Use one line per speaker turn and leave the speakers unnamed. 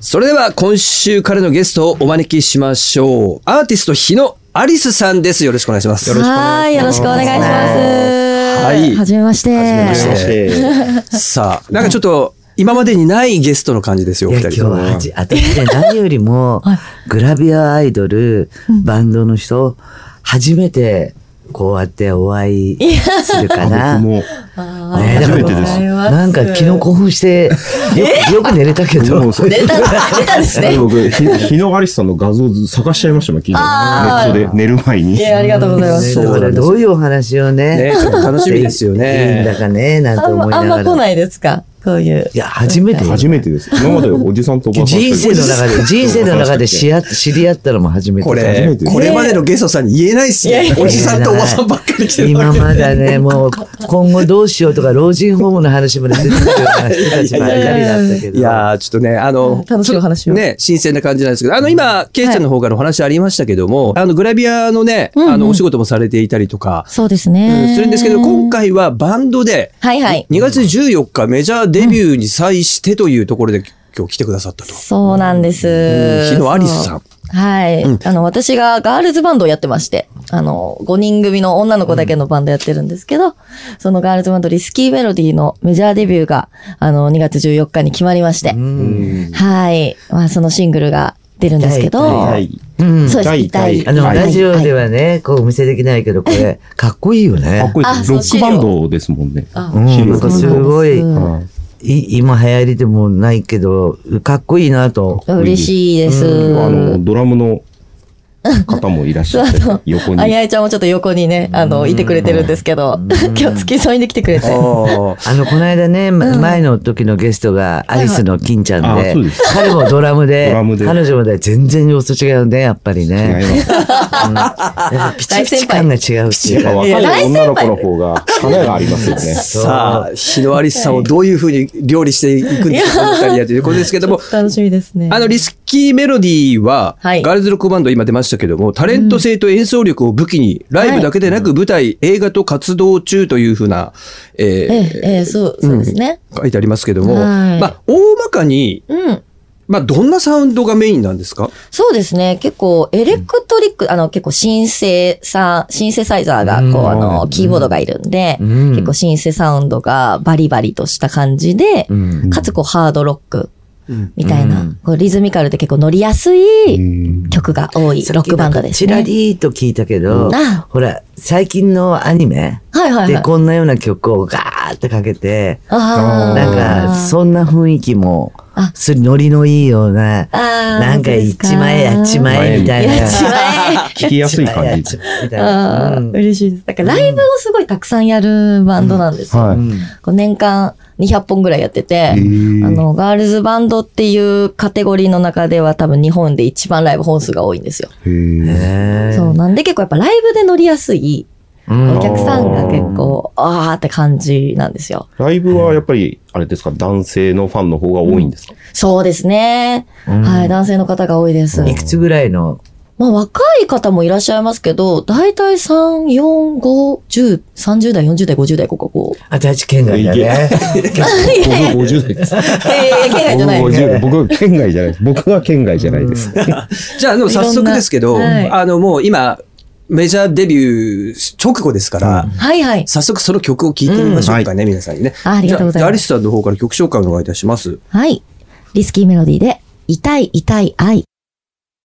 それでは今週からのゲストをお招きしましょう。アーティスト日野アリスさんです。よろしくお願いします。
よろしくお願
は
いします
い、よろしくお願いします。
はい
はじめまして。
はじめましてさあ、なんかちょっと今までにないゲストの感じですよ、お
いや
二人
今日
とも。
は味私 ね何よりも
はい
グラビアアイドルバンドの人初めてこうやってお会いするかな。
僕も
あ
ね
ー
初めてです
ありがとうございます
なんか昨日興奮してよくよく寝れたけ ど
もうそう
出た、出たですね。
僕ひ 日野アリスさんの画像ず探しちゃいましたもん昨
あ
日
ー
ネットで寝る前に
いや、ありがとうございま
ね
す。
そう
だからどういうお話を
ね
ね、
楽しみですよ
いいんだ
ね。
かねなんて
あん
思い
ま、あんま
なが
来
ら。
ないですかこういう。
いや初めてよ
初めてです今までおじさんとおばさんし
人
か
生の中 で人生の中で知り合知り合ったのも初めて。
こ
初
れ
めて、です
これまでのゲストさんに言えないっす
いやい
ね
や。
おじさんとおばさんばっかり来てる
今
わけ
まだね、もう、今後どうしようとか、老人ホームの話まで出てくるような人たちばっかりだったけど。
いやー、ちょっとね、あ
う
の
ん、楽しいお話を
ね、新鮮な感じなんですけど、あの、今、ケイちゃんの方からお話ありましたけども、あの、グラビアのね、
うんうん
あの、お仕事もされていたりとか、
そうです
うん
ね。
するんですけど、今。回はバンドで、
はいはい。
2月14日メジャーデビューに際してというところで今日来てくださったと。
そうなんです。
うん日野アリスさん
そう。はい、
うん
あの、私がガールズバンドをやってまして、あの、5人組の女の子だけのバンドやってるんですけど、そのガールズバンドリスキーメロディーのメジャーデビューが、あの、2月14日に決まりまして、
うん。
はい。まあ、そのシングルが出るんですけど、
痛
はい
うん。
そうで
痛
す。
い
痛い。
痛
あの、
はい
ラジオで
は
はね、こう、お見せできないけど、これ、かっこいいよ
かっ
ね。
こいいで
あそ
す
う
ロックバンドですもんね
あ
うん
資料
なん
い
かすごい、
そうなんで
はい
い今流行りでもないけど、かっこいいなと。
す嬉しいです。
あ のドラムの方もいらっしゃって横に
あやえちゃんもちょっと横にね、あの、いてくれてるんですけど、 今日付き添いに来てくれて。
あの、この間ね、ま前の時のゲストが、アリスの金ちゃん
あ
で
そうです、
彼もドラムで
ドラム、で
彼女もね全然様子違うね、やっぱり
違い
ね。
ます
やっぱピチピチ感が違うってい
や
う
っぱ
か。
若い女の子の方が花がありますよね
さあ、日野アリスさんをどういうふうに料理していくんですか、この二人やということですけども、
楽しみですね。
あの、リスキーメロディーは、
はい
ガールズロックバンド今出ましたけども、タレント性と演奏力を武器に、ライブだけでなく舞台、映画と活動中というふうな、えー
ええ、ええ、そう、そうですね。
書いてありますけども、
はい
まあ、大まかに、
うん。
まあ、どんなサウンドがメインなんですか
そうですね。結構、エレクトリック、あの、結構、シンセさ、シンセサイザーが、こう、あの、キーボードがいるんで、
ん
結構、シンセサウンドがバリバリとした感じで、
うん、
かつ、こう、ハードロック
うん、
みたいうなんこうリズミカルで結構乗りやす
う
い
ん
曲が多い、ロックバンドです
さっきなん
ね
か。チラリーと聞いたけど、
あ
ほら、最近のアニメ
はいはいは
で
い。
こんなような曲をガーってかけて、
あー
なんか、そんな雰囲気も
あ、
すノリのいいような、
あー
なんか、
本当で
い
すか
ちまえやっちまえみたいな。
やっちまえ。
聞きやすい
や
感
っ
じ
ちまえみたいな
あ
う
あ
ん
嬉しいです。だからライブをすごいたくさんやるバンドなんですよ。
は
うん
こう年間200本ぐらいやってて、
い
あの、ガールズバンドっていうカテゴリーの中では多分日本で一番ライブ本数が多いんですよ。
へー
ねえ
そうなんで結構やっぱライブで乗りやすい
うん
お客さんが結構、あーって感じなんですよ。
ライブはやっぱり、あれですか、男性のファンの方が多いんですか、
そうですね。
うん
はい、男性の方が多いです。
いくつぐらいの
まあ若い方もいらっしゃいますけど、だいたい3、4、5、10、30代、40代、50代、ここ、こう。
あ、第一県外だ ね。
僕は50代です。
ええ、県外じゃ ない
僕
です。
50代僕は県外じゃないです。僕は県外じゃないです。
じゃあ、あの、
いろ
早
んな
速ですけど、
はい
あの、もう今、メジャーデビュー直後ですから、
はいはい。
早速その曲を聴いてみましょうかね、皆さんにね。
あありがとうござい
じ
ます
ゃあアリスさんの方から曲紹介をお願いいたします。
はい。リスキーメロディーで、痛い痛い愛。